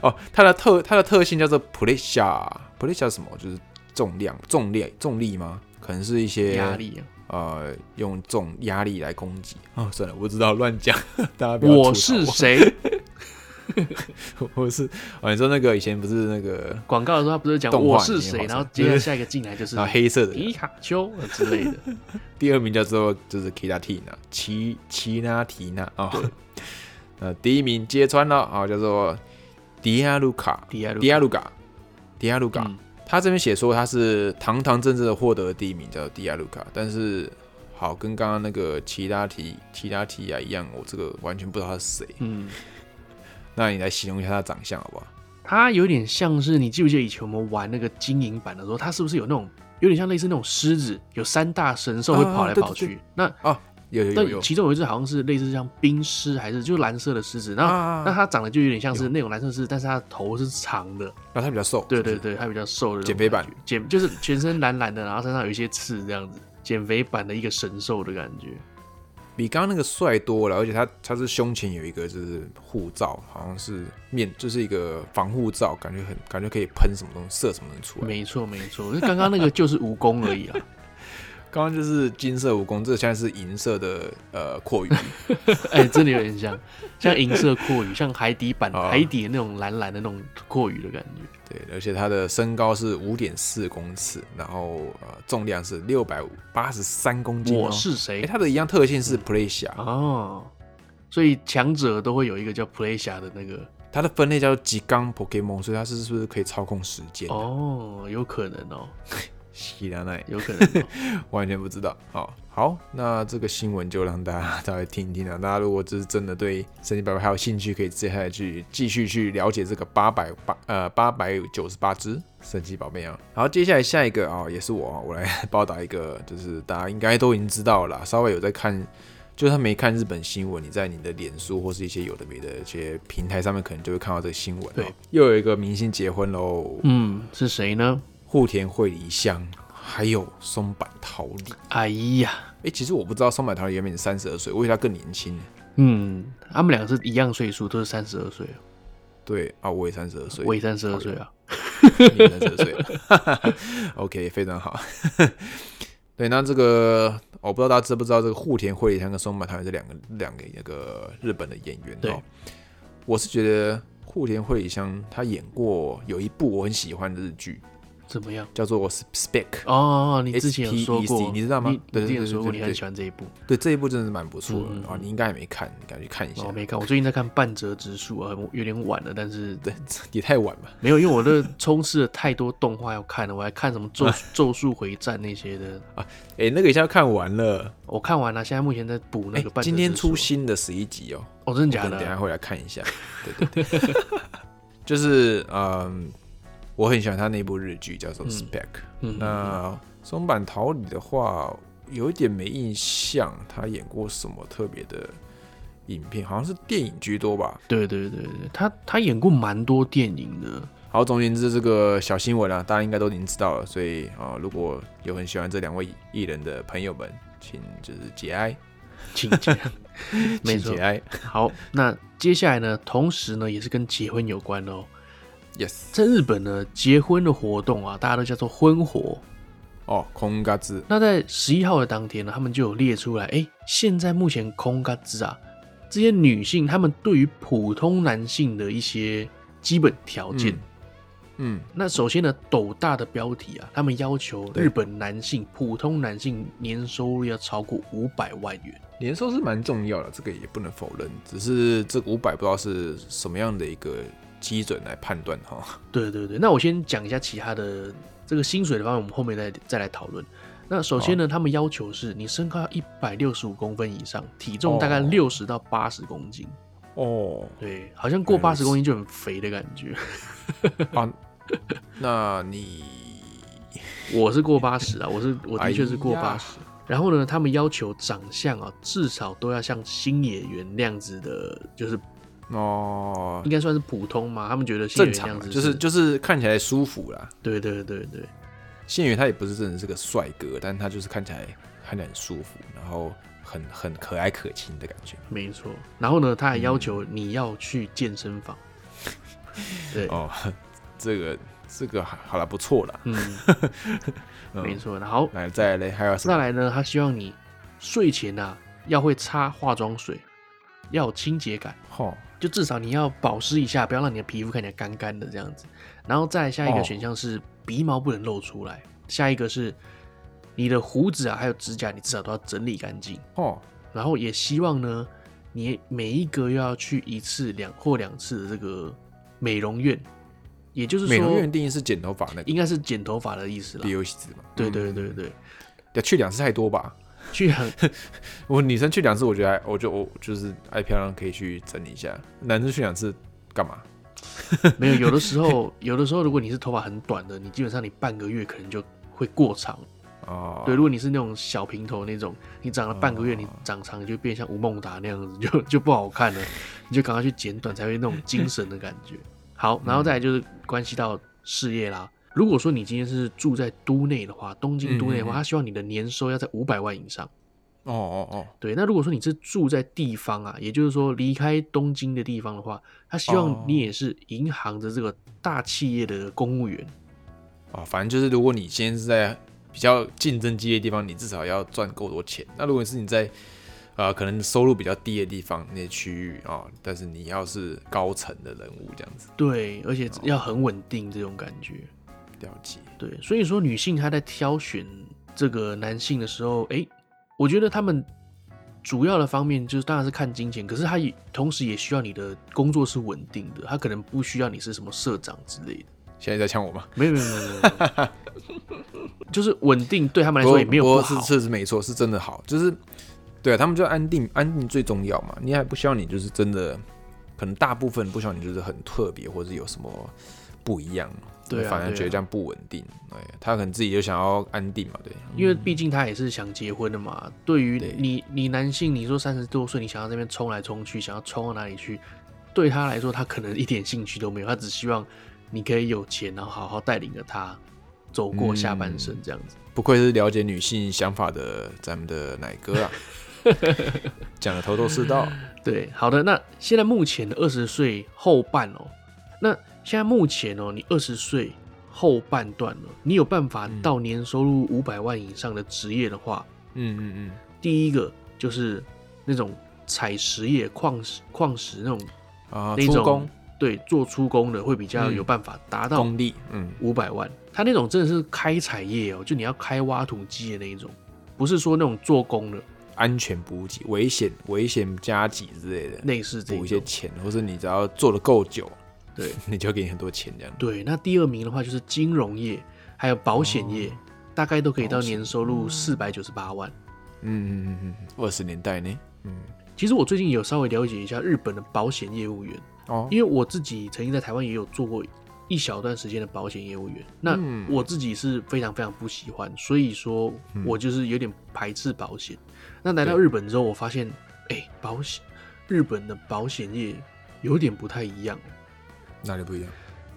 Speaker 1: 哦，他的特他的特性叫做 p r e s s u r p r e s s u r 什么？就是重量、重力、重力吗？可能是一些
Speaker 2: 压力啊！
Speaker 1: 呃，用重压力来攻击。哦，算了，我不知道乱讲， 大家不要
Speaker 2: 我
Speaker 1: 吐槽
Speaker 2: 是谁？
Speaker 1: 我， 我是哦，你说那个以前不是那个
Speaker 2: 广告的时候他不是讲
Speaker 1: 动画
Speaker 2: 我
Speaker 1: 里面
Speaker 2: 是谁，
Speaker 1: 好像
Speaker 2: 然后接下来下一个进来就是
Speaker 1: 啊黑色的
Speaker 2: 皮卡丘呃之 类的。
Speaker 1: 第二名叫做就是 Kiratina 奇奇拉提娜啊， 呃，第一名揭穿了啊、叫做迪亚卢卡
Speaker 2: 迪亚
Speaker 1: 迪
Speaker 2: 鲁
Speaker 1: 亚卢卡迪亚卢卡，
Speaker 2: 嗯
Speaker 1: 他这边写说他是堂堂正正的获得了第一名，叫做迪亚卢卡，但是好跟刚刚那个奇拉提奇拉提亚一样，我这个完全不知道他是谁。
Speaker 2: 嗯，
Speaker 1: 那你来形容一下他的长相好不好？
Speaker 2: 它有点像是你记不记得以前我们玩那个金银版的时候，它是不是有那种有点像类似那种狮子，有三大神兽会跑来
Speaker 1: 啊对
Speaker 2: 跑
Speaker 1: 对
Speaker 2: 去？那
Speaker 1: 有有有
Speaker 2: 那
Speaker 1: 有，
Speaker 2: 其中有一只好像是类似像冰狮，还是就是蓝色的狮子，然后、
Speaker 1: 啊
Speaker 2: 那它长得就有点像是那种蓝色狮子，但是它的头是长的，
Speaker 1: 那他比较瘦，
Speaker 2: 对对
Speaker 1: 是不是，
Speaker 2: 对，它比较瘦的那种
Speaker 1: 减肥版
Speaker 2: 感觉，减就是全身蓝蓝的，然后身上有一些刺这样子，减肥版的一个神兽的感觉。
Speaker 1: 比刚刚那个帅多了，而且他他是胸前有一个就是护罩，好像是面就是一个防护罩，感觉很感觉可以喷什么东西射什么东西出来。
Speaker 2: 没错没错，那刚刚那个就是蜈蚣而已 啊。
Speaker 1: 刚刚就是金色蜈蚣，这现在是银色的呃阔 鱼，
Speaker 2: 哎、真的有点像，像银色阔鱼，像海 底版、
Speaker 1: 啊
Speaker 2: 海底的那种蓝蓝的那种阔鱼的感觉。
Speaker 1: 对，而且它的身高是五点四公尺，然后呃重量是六百八十三公斤、哦。
Speaker 2: 我是嗯
Speaker 1: 哎、
Speaker 2: 谁？
Speaker 1: 它的一样特性是 p l a s i a
Speaker 2: 哦，所以强者都会有一个叫 Playsha 的那个
Speaker 1: 它的分类叫做极刚 Pokemon，所以它是是不是可以操控时间？
Speaker 2: 哦，有可能哦。
Speaker 1: 希拉奈
Speaker 2: 有可能哦、
Speaker 1: 完全不知道。好，好，那这个新闻就让大家稍微听一听啊。大家如果就是真的对神奇宝贝还有兴趣，可以接下来去继续去了解这个八百八呃八百九十八只神奇宝贝啊。然后接下来下一个啊、也是我啊、我来报道一个，就是大家应该都已经知道了啦，稍微有在看。就算没看日本新闻，你在你的脸书或是一些有的没的一些平台上面，可能就会看到这个新闻、哦。
Speaker 2: 对，
Speaker 1: 又有一个明星结婚喽，
Speaker 2: 嗯，是谁呢？
Speaker 1: 户田惠梨香，还有松坂桃李。
Speaker 2: 哎呀，
Speaker 1: 哎、其实我不知道松坂桃李原本三十二岁，我以为他更年轻呢。
Speaker 2: 嗯，他们两个是一样岁数，都是三十二岁了，
Speaker 1: 对啊，我也三十二岁，
Speaker 2: 我也三十二岁啊。
Speaker 1: 你三十二岁 ，OK，非常好。对，那这个我不知道大家知不知道，这个户田惠梨香跟松坂桃李这两个两个那个日本的演员
Speaker 2: 对
Speaker 1: 哦。我是觉得户田惠梨香她演过有一部我很喜欢的日剧，
Speaker 2: 怎么样？
Speaker 1: 叫做《Spec》。
Speaker 2: 哦，你之前有说
Speaker 1: SPEC
Speaker 2: 过，
Speaker 1: 你知道吗对
Speaker 2: 你
Speaker 1: 对
Speaker 2: 之前有
Speaker 1: 对
Speaker 2: 说过
Speaker 1: 对
Speaker 2: 你
Speaker 1: 对
Speaker 2: 很喜欢这一部，
Speaker 1: 对这一部真的是蛮不错的
Speaker 2: 嗯嗯
Speaker 1: 啊、你应该也没看，你赶紧去看一下
Speaker 2: 哦我。没看，我最近在看《半泽直树》啊，我有点晚了，但是
Speaker 1: 对，也太晚了。
Speaker 2: 没有，因为我的充斥了太多动画要看了，我还看什么咒《咒术回战》那些的，
Speaker 1: 哎、那个一下看完了。
Speaker 2: 我看完了，现在目前在补那
Speaker 1: 哎、
Speaker 2: 个《半泽直树》。
Speaker 1: 今天出新的十一集哦，
Speaker 2: 哦，真的
Speaker 1: 我
Speaker 2: 假
Speaker 1: 可能等一下
Speaker 2: 的？
Speaker 1: 会来看一下。对对对， 就是嗯，我很喜欢他那部日剧叫做《Spec》。
Speaker 2: 嗯
Speaker 1: 那松坂桃李的话，有一点没印象，他演过什么特别的影片？好像是电影居多吧。
Speaker 2: 对对对对，他他演过蛮多电影的，
Speaker 1: 好，总而言之，这个小新闻啊，大家应该都已经知道了。所以啊、如果有很喜欢这两位艺人的朋友们，请就是节哀，
Speaker 2: 请这样，没
Speaker 1: 请
Speaker 2: 错
Speaker 1: 节。哀。
Speaker 2: 好，那接下来呢，同时呢也是跟结婚有关哦。
Speaker 1: Yes，
Speaker 2: 在日本呢，结婚的活动啊，大家都叫做婚活。
Speaker 1: 哦，空嘎子，
Speaker 2: 那在十一号的当天呢，他们就有列出来，哎，现在目前空嘎子啊，这些女性她们对于普通男性的一些基本条件。
Speaker 1: 嗯嗯，
Speaker 2: 那首先呢，斗大的标题啊，他们要求
Speaker 1: 对
Speaker 2: 日本男性普通男性年收入要超过五百万元。
Speaker 1: 年收是蛮重要的，这个也不能否认。只是这五百不知道是什么样的一个基准来判断哈。
Speaker 2: 对对对，那我先讲一下其他的这个薪水的方面，我们后面再再来讨论。那首先呢，他们要求是你身高一百六十五公分以上，体重大概
Speaker 1: 哦
Speaker 2: 六十到八十公斤。
Speaker 1: 哦，
Speaker 2: 对，好像过
Speaker 1: 原来
Speaker 2: 八
Speaker 1: 如此
Speaker 2: 十公斤就很肥的感觉。
Speaker 1: 啊，那你
Speaker 2: 我是过八十啊，我是我的确是过
Speaker 1: 哎呀
Speaker 2: 八十。然后呢，他们要求长相啊，至少都要像星野源那样子的，就是
Speaker 1: 哦
Speaker 2: 应，该算是普通嘛。他们觉得星
Speaker 1: 正
Speaker 2: 野源那
Speaker 1: 常
Speaker 2: 样
Speaker 1: 啦
Speaker 2: 子
Speaker 1: 就是就是看起来舒服啦。
Speaker 2: 对对对对，
Speaker 1: 信宇他也不是真的是个帅哥，但他就是看起来看起来很舒服，然后很很可爱可亲的感觉。
Speaker 2: 没错。然后呢，他还要求你要去健 身房。对，
Speaker 1: 哦， 这个这个好好了，不错了。
Speaker 2: 嗯，
Speaker 1: 嗯
Speaker 2: 没错。然后
Speaker 1: 来再来嘞，还有什
Speaker 2: 再
Speaker 1: 么？
Speaker 2: 来呢，他希望你睡前啊要会擦化妆水，要有清洁感。
Speaker 1: 吼
Speaker 2: 就至少你要保湿一下，不要让你的皮肤看起来干干的这样子。然后再来下一个
Speaker 1: 哦
Speaker 2: 选项是鼻毛不能露出来，下一个是你的胡子啊，还有指甲，你至少都要整理干净。
Speaker 1: 吼
Speaker 2: 然后也希望呢，你每一个月要去一次两或两次的这个美容院，也就是
Speaker 1: 美容院
Speaker 2: 说
Speaker 1: 定义是剪头发那个
Speaker 2: 应该是剪头发的意思啦
Speaker 1: 理。由子嘛？
Speaker 2: 对
Speaker 1: 嗯
Speaker 2: 对对对，
Speaker 1: 要去两次太多吧？
Speaker 2: 去很
Speaker 1: 我女生去两次，我觉得还，我就我就是爱漂亮，可以去整理一下。男生去两次干嘛？
Speaker 2: 没有，有的时候，有的时候，如果你是头发很短的，你基本上你半个月可能就会过长。
Speaker 1: 哦，
Speaker 2: 对，如果你是那种小平头那种，你长了半个月，
Speaker 1: 哦
Speaker 2: 你长长就变像吴孟达那样子，就就不好看了，你就赶快去剪短，才会那种精神的感觉。好，然后再来就是关系到事业啦。如果说你今天是住在都内的话，东京都内的话，
Speaker 1: 嗯嗯嗯
Speaker 2: 他希望你的年收要在五百万以上。
Speaker 1: 哦哦哦，
Speaker 2: 对，那如果说你是住在地方啊，也就是说离开东京的地方的话，他希望
Speaker 1: 哦
Speaker 2: 你也是银行的这个大企业的公务员。
Speaker 1: 啊，反正就是如果你现在是在比较竞争激烈的地方，你至少要赚够多钱。那如果是你在呃可能收入比较低的地方那些区域啊、但是你要是高层的人物这样子，
Speaker 2: 对，而
Speaker 1: 哦
Speaker 2: 且要很稳定这种感觉。
Speaker 1: 了解。
Speaker 2: 对，所以说女性她在挑选这个男性的时候，诶，我觉得他们主要的方面就是当然是看金钱，可是她也同时也需要你的工作是稳定的，她可能不需要你是什么社长之类的。
Speaker 1: 现在在呛我吗？
Speaker 2: 没有没有没有没有没有， 就是稳定对他们来
Speaker 1: 不
Speaker 2: 说
Speaker 1: 过
Speaker 2: 也没有
Speaker 1: 不
Speaker 2: 不
Speaker 1: 过
Speaker 2: 好
Speaker 1: 是。是是没错，是真的好，就是对啊，他们就安定，安定最重要嘛。你还不需要你就是真的，可能大部分不需要你就是很特别，或是有什么不一样，
Speaker 2: 对啊
Speaker 1: 反而
Speaker 2: 对啊
Speaker 1: 觉得这样不稳定。哎，他可能自己就想要安定嘛，对，
Speaker 2: 因为毕竟他也是想结婚的嘛。对于
Speaker 1: 对
Speaker 2: 你，你男性，你说三十多岁，你想要这边冲来冲去，想要冲到哪里去？对他来说，他可能一点兴趣都没有，他只希望你可以有钱，然后好好带领着他走过下半生这样子。
Speaker 1: 不愧是了解女性想法的咱们的奶哥 啊，讲的头头是道。
Speaker 2: 对，好的，那现在目前的二十岁后半哦，那现在目前哦，你二十岁后半段了，你有办法到年收入五百万以上的职业的话，
Speaker 1: 嗯嗯嗯，
Speaker 2: 第一个就是那种采石业、矿石、矿石那种，
Speaker 1: 啊，
Speaker 2: 那
Speaker 1: 出
Speaker 2: 种
Speaker 1: 工
Speaker 2: 对，做出工的会比较
Speaker 1: 嗯
Speaker 2: 有办法达到
Speaker 1: 工地，嗯，
Speaker 2: 五百万。他那种真的是开采业哦，就你要开挖土机的那一种，不是说那种做工的，
Speaker 1: 安全补给、危险危险加急之类的，
Speaker 2: 类似这
Speaker 1: 补一些
Speaker 2: 种。
Speaker 1: 钱，或是你只要做的够久，
Speaker 2: 对
Speaker 1: 你就给你很多钱这样。
Speaker 2: 对，那第二名的话就是金融业，还有保险业，
Speaker 1: 哦
Speaker 2: 大概都可以到年收入四百九十八万。
Speaker 1: 嗯嗯嗯嗯，二十年代呢，嗯，
Speaker 2: 其实我最近有稍微了解一下日本的保险业务员，
Speaker 1: 哦
Speaker 2: 因，为我自己曾经在台湾也有做过一小段时间的保险业务员，那
Speaker 1: 嗯
Speaker 2: 我自己是非常非常不喜欢，所以说我就是有点排斥保险。那来到
Speaker 1: 对
Speaker 2: 日本之后，我发现，哎、保险日本的保险业有点不太一样。
Speaker 1: 哪里不一样？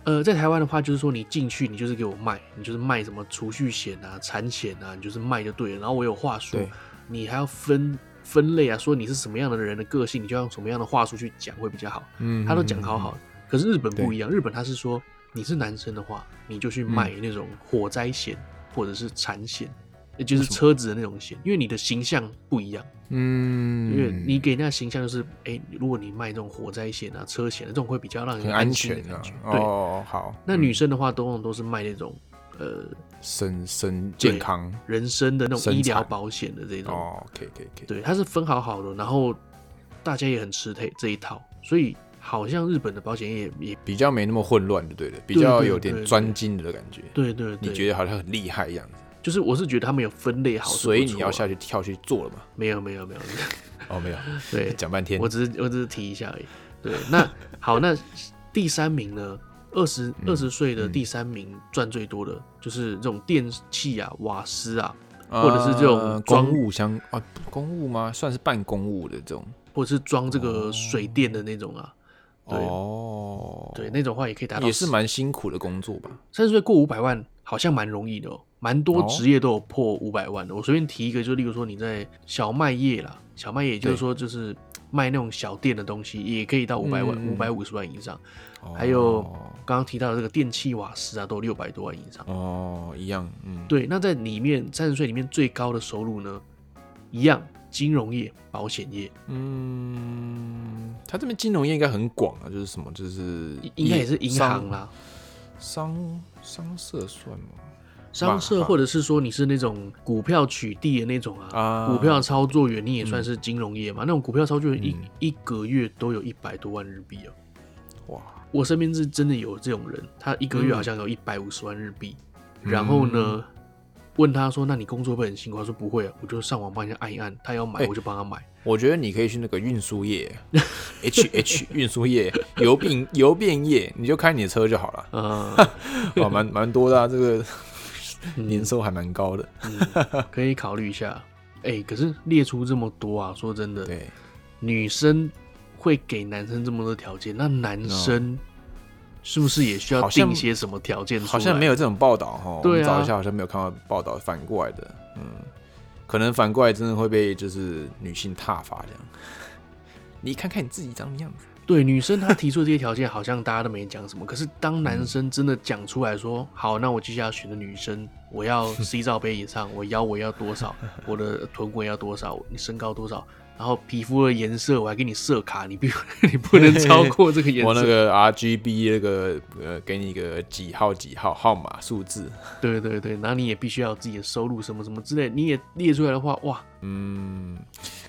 Speaker 2: 呃，在台湾的话，就是说你进去，你就是给我卖，你就是卖什么储蓄险啊、产险啊，你就是卖就对了。然后我有话术
Speaker 1: 对，
Speaker 2: 你还要分分类啊，说你是什么样的人的个性，你就要用什么样的话术去讲会比较好。
Speaker 1: 嗯
Speaker 2: 他都讲好好，的，可是日本
Speaker 1: 对嗯
Speaker 2: 不一样，日本他是说你是男生的话，你就去卖那种火灾险或者是产险，也就是车子的那种险，因为你的形象不一样，
Speaker 1: 嗯，
Speaker 2: 因为你给人家的形象就是，哎、如果你卖那种火灾险啊、车险啊这种会比较让人
Speaker 1: 很
Speaker 2: 安
Speaker 1: 安
Speaker 2: 心的
Speaker 1: 全
Speaker 2: 感
Speaker 1: 啊
Speaker 2: 觉。。对，
Speaker 1: 哦，好，
Speaker 2: 那女生的话，通常都是卖那种呃
Speaker 1: 身身健康，
Speaker 2: 人身的那种
Speaker 1: 生
Speaker 2: 医疗
Speaker 1: 产
Speaker 2: 保险的这种，
Speaker 1: 哦，可以可以可以，
Speaker 2: 对，它是分好好的，然后大家也很吃这这一套，所以好像日本的保险业也也
Speaker 1: 比较没那么混乱就对了，比
Speaker 2: 对
Speaker 1: 较
Speaker 2: 对
Speaker 1: 有
Speaker 2: 对
Speaker 1: 点
Speaker 2: 对
Speaker 1: 专精的感觉。
Speaker 2: 对对对，
Speaker 1: 你觉得好像很厉害一样子，
Speaker 2: 就是我是觉得他们有分类好，
Speaker 1: 所以你要下
Speaker 2: 去？
Speaker 1: 去跳去做了 嘛？
Speaker 2: 没有没有 没有，
Speaker 1: 哦，没有，
Speaker 2: 对，
Speaker 1: 讲半天
Speaker 2: 我，只是我只是提一下而已。对，那好，那第三名呢？二
Speaker 1: 嗯
Speaker 2: 十二十岁的第三名赚最多的、就是这种电器啊、瓦斯啊，或者是这种
Speaker 1: 呃
Speaker 2: 装
Speaker 1: 公务相啊，不公务吗？算是半公务的这种。
Speaker 2: 或者是装这个水电的那种啊。对
Speaker 1: 哦，
Speaker 2: 对，那种话也可以达到
Speaker 1: 也是蛮辛苦的工作吧？
Speaker 2: 三十岁过五百万，好像蛮容易的哦。蛮多
Speaker 1: 哦
Speaker 2: 职业都有破五百万的。我随便提一个，就例如说你在小卖业啦，小卖业也就是
Speaker 1: 对
Speaker 2: 说就是卖那种小店的东西，也可以到五百万、
Speaker 1: 嗯
Speaker 2: 五
Speaker 1: 嗯
Speaker 2: 百五十万以上。
Speaker 1: 哦
Speaker 2: 还有刚刚提到的这个电器瓦斯啊，都六百多万以上。
Speaker 1: 哦，一样，嗯，
Speaker 2: 对，那在里面三十岁里面最高的收入呢，一样金融业、保险业，
Speaker 1: 嗯，他这边金融业应该很广啊，就是什么，就是
Speaker 2: 应应该也是银行啦、
Speaker 1: 商商商社算吗？
Speaker 2: 商社，
Speaker 1: 吧
Speaker 2: 或者是说你是那种股票取缔的那种啊，
Speaker 1: 啊
Speaker 2: 股票操作员，你也算是金融业嘛？那种股票操作员一、一个月都有一百多万日币哦。
Speaker 1: 哇，
Speaker 2: 我身边是真的有这种人，他一个月好像有一百五十万日币。然后呢，问他说：“那你工作会不会很辛苦？”他说：“不会啊，我就上网帮人家按一按，他要买
Speaker 1: 哎
Speaker 2: 我就帮他买。
Speaker 1: 我觉得你可以去那个运输 业，H H 运输业、邮便邮便业，你就开你的车就好 了。
Speaker 2: 呃，
Speaker 1: 哦，蛮蛮多的、啊，这个
Speaker 2: 嗯
Speaker 1: 年收还蛮高的。
Speaker 2: 嗯可以考虑一下。哎、可是列出这么多啊，说真的，
Speaker 1: 对，
Speaker 2: 女生会给男生这么多条件，那男生是不是也需要
Speaker 1: 好像
Speaker 2: 定一些什么条件出来？
Speaker 1: 哦好像没有这种报道哈。我
Speaker 2: 对
Speaker 1: 们
Speaker 2: 啊
Speaker 1: 找一下，好像没有看到报道反过来的。嗯，可能反过来真的会被就是女性踏伐这样。你看看你自己长什么样子。
Speaker 2: 对女生她提出这些条件，好像大家都没 讲什么。可是当男生真的讲出来说：“好，那我接下来选的女生，我要 C 罩杯以上，我腰围要多少，我的臀围要多少，你身高多少，然后皮肤的颜色我还给你设卡，你必你 不 能超过这个颜色。
Speaker 1: 我那个 R G B 那个呃，给你一个几号几号号码数字。
Speaker 2: 对对对，然后你也必须要有自己的收入什么什么之类，你也列出来的话，哇，
Speaker 1: 嗯，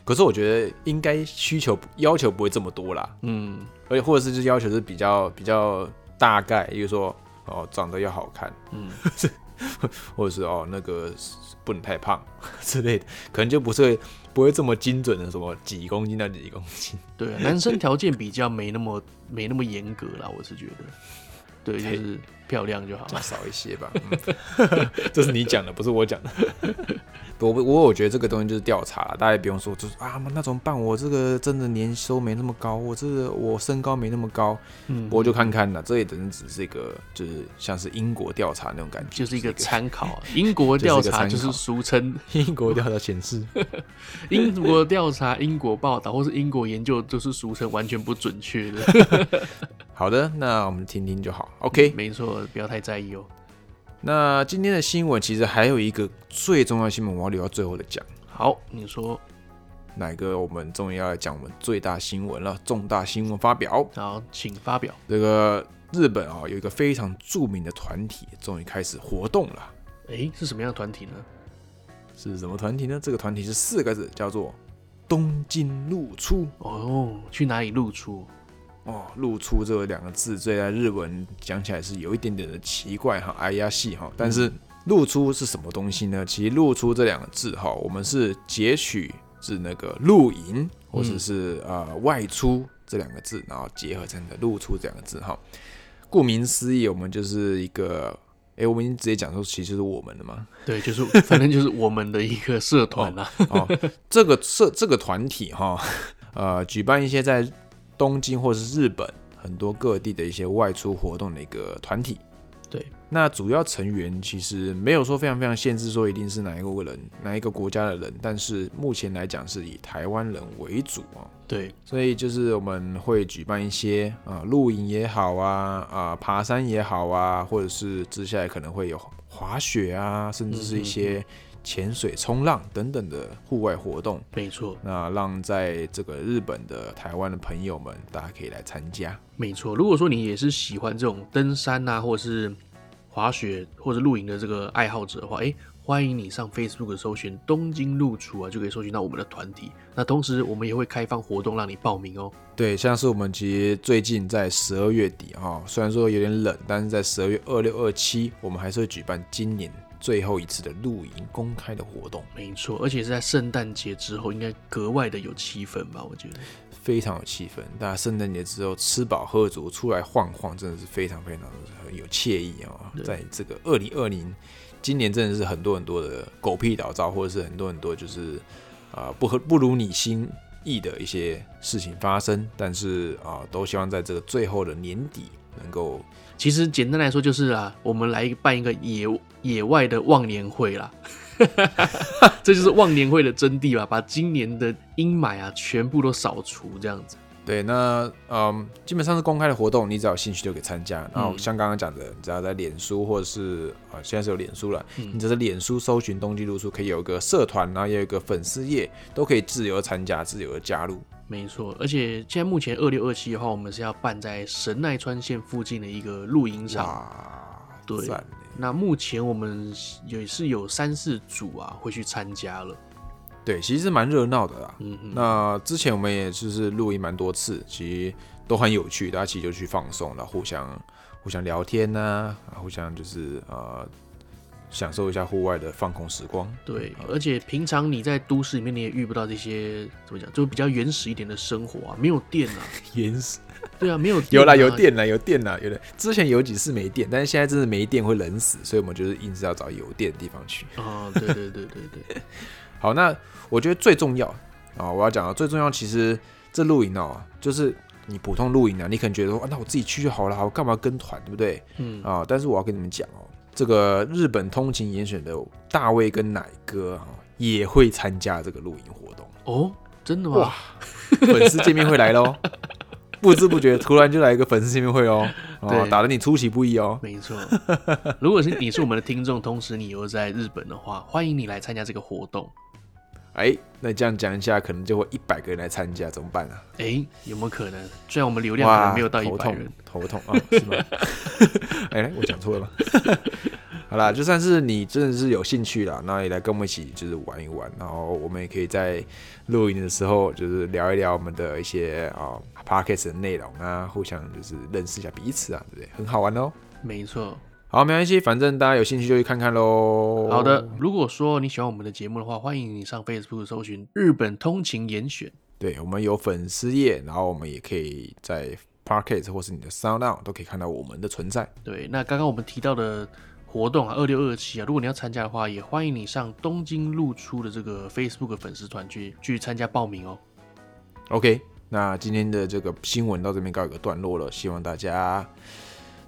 Speaker 1: 可是我觉得应该需求不要求不会这么多啦，
Speaker 2: 嗯，
Speaker 1: 而且或者是就是要求是比较比较大概，比如说哦，长得要好看，
Speaker 2: 嗯，
Speaker 1: 或者是哦那个不能太胖 之类的，可能就不是不会这么精准的什么几公斤到几公斤。
Speaker 2: 对啊，男生条件比较没那么没那么严格啦，我是觉得，对，就
Speaker 1: 对
Speaker 2: 是漂亮就好了。
Speaker 1: 少一些吧。嗯 这是你讲的，不是我讲的。 我我我觉得这个东西就是调查啦，大家也不用说，就是啊，那怎么办？我这个真的年收没那么高，我这个我身高没那么高，
Speaker 2: 嗯，
Speaker 1: 我就看看啦。这也只是只是一个，就是像是英国调查那种感觉，
Speaker 2: 就是一个 参考啊。英国调查就
Speaker 1: 就是一个参考
Speaker 2: 是俗称
Speaker 1: 英国调查显示，
Speaker 2: 英国调查、英国报道或是英国研究，就是俗称完全不准确的。
Speaker 1: 好的，那我们听听就好。OK，
Speaker 2: 没错，不要太在意哦。
Speaker 1: 那今天的新闻其实还有一个最重要的新闻，我要留到最后的讲。
Speaker 2: 好，你说，
Speaker 1: 哪个我们终于要来讲我们最大新闻了？重大新闻发表。
Speaker 2: 好，请发表。
Speaker 1: 这个日本啊、有一个非常著名的团体，终于开始活动了。
Speaker 2: 诶，是什么样的团体呢？
Speaker 1: 是什么团体呢？这个团体是四个字，叫做东京露出。
Speaker 2: 哦，去哪里露出？
Speaker 1: 哦，露出这两个字，这在日文讲起来是有一点点的奇怪哈，哎呀戏哈。但是露出是什么东西呢？其实露出这两个字哈，我们是截取自那个露营或者是呃外出这两个字，然后结合成的露出这两个字哈。顾名思义，我们就是一个。哎、我们已经直接讲说，其实就是我们了嘛。
Speaker 2: 对，就是反正就是我们的一个社团啊啦、
Speaker 1: 哦，这个社这个团体哈、呃，举办一些在东京或是日本很多各地的一些外出活动的一个团体。
Speaker 2: 对，
Speaker 1: 那主要成员其实没有说非常非常限制，说一定是哪一个人、哪一个国家的人，但是目前来讲是以台湾人为主啊、哦。
Speaker 2: 对，
Speaker 1: 所以就是我们会举办一些啊、呃露营也好啊，啊、爬山也好啊，或者是接下来可能会有滑雪啊，甚至是一些潜水、冲浪等等的户外活动。
Speaker 2: 没错，
Speaker 1: 那让在这个日本的台湾的朋友们，大家可以来参加。
Speaker 2: 没错。如果说你也是喜欢这种登山啊，或者是滑雪或者露营的这个爱好者的话，诶，欢迎你上 Facebook 搜寻“东京露出”啊，就可以搜寻到我们的团体。那同时，我们也会开放活动让你报名哦。
Speaker 1: 对，像是我们其实最近在十二月底哈、虽然说有点冷，但是在十二月二六、二七，我们还是会举办今年最后一次的露营公开的活动，
Speaker 2: 没错，而且是在圣诞节之后，应该格外的有气氛吧？我觉得。
Speaker 1: 非常有气氛。大家圣诞节之后吃饱喝足出来晃晃，真的是非常非常的有惬意哦。
Speaker 2: 对
Speaker 1: 在这个二零二零今年，真的是很多很多的狗屁倒灶，或者是很多很多就是啊、不合不如你心意的一些事情发生，但是啊、都希望在这个最后的年底能够
Speaker 2: 其实简单来说就是啊，我们来办一个野野外的忘年会啦。 这就是忘年会的真谛吧，把今年的阴霾啊全部都扫除，这样子。
Speaker 1: 对，那嗯，基本上是公开的活动，你只要有兴趣就可以参加。然后
Speaker 2: 嗯
Speaker 1: 像刚刚讲的，你只要在脸书或者是啊、现在是有脸书了，
Speaker 2: 嗯
Speaker 1: 你只是脸书搜寻冬季露宿，可以有一个社团，然后也有一个粉丝页，都可以自由参加，自由的加入。
Speaker 2: 没错，而且现在目前二六二七的话，我们是要办在神奈川县附近的一个露营场。
Speaker 1: 哇，
Speaker 2: 对
Speaker 1: 赞欸耶
Speaker 2: 那目前我们也是有三四组啊会去参加了。
Speaker 1: 对，其实是蛮热闹的啦。
Speaker 2: 嗯嗯，
Speaker 1: 那之前我们也就是录音蛮多次，其实都很有趣，大家其实就去放松，然后互相互相聊天呐、啊，互相就是呃享受一下户外的放空时光。
Speaker 2: 对，而且平常你在都市里面你也遇不到这些怎么讲，就比较原始一点的生活啊，没有电 啊，
Speaker 1: 岩石。
Speaker 2: 对啊，没有、啊、
Speaker 1: 有啦，有，电啦，有电啦，有的。之前有几次没电，但是现在真的没电会冷死，所以我们就是硬是要找有电的地方去。
Speaker 2: 哦，对对对对 对，
Speaker 1: 好，那我觉得最重要啊、我要讲啊，最重要其实这露营哦，就是你普通露营啊，你可能觉得说，啊、那我自己去就好了，我干嘛跟团，对不对？
Speaker 2: 嗯，
Speaker 1: 啊、但是我要跟你们讲哦，这个日本通勤严选的大卫跟奶哥啊、也会参加这个露营活 动。
Speaker 2: 哦，真的
Speaker 1: 哇
Speaker 2: 吗？，
Speaker 1: 粉丝见面会来喽！不知不觉，突然就来一个粉丝见面会哦，哦
Speaker 2: 对，
Speaker 1: 打得你出其不意哦。
Speaker 2: 没错，如果是你是我们的听众，同时你又在日本的话，欢迎你来参加这个活动。
Speaker 1: 哎，那这样讲一下，可能就会一百个人来参加，怎么办啊？
Speaker 2: 诶，哎有没有可能？虽然我们流量可能没有到一
Speaker 1: 头
Speaker 2: 百
Speaker 1: 痛
Speaker 2: 人，，
Speaker 1: 头痛啊，是吗？哎，我讲错了吗？好啦，就算是你真的是有兴趣啦，那也来跟我们一起就是玩一玩，然后我们也可以在录影的时候就是聊一聊我们的一些啊、哦、podcast 的内容啊，互相就是认识一下彼此啊，对不对？很好玩哦。
Speaker 2: 没错。
Speaker 1: 好，没关系，反正大家有兴趣就去看看喽。
Speaker 2: 好的，如果说你喜欢我们的节目的话，欢迎你上 Facebook 搜寻“日本通勤严选
Speaker 1: 对我们有粉丝页，然后我们也可以在 Parket 或是你的 Sound On 都可以看到我们的存在。”。
Speaker 2: 对，那刚刚我们提到的活动啊，二六二七啊，如果你要参加的话，也欢迎你上东京露出的这个 Facebook 粉丝团去去参加报名哦。
Speaker 1: OK，那今天的这个新闻到这边告一个段落了，希望大家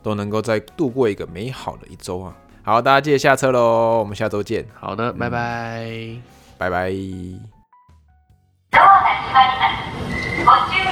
Speaker 1: 都能够再度过一个美好的一周啊！好，大家记得下车喽，我们下周见，
Speaker 2: 好的，拜拜。
Speaker 1: 拜拜。
Speaker 4: ドアが閉まります。ご注意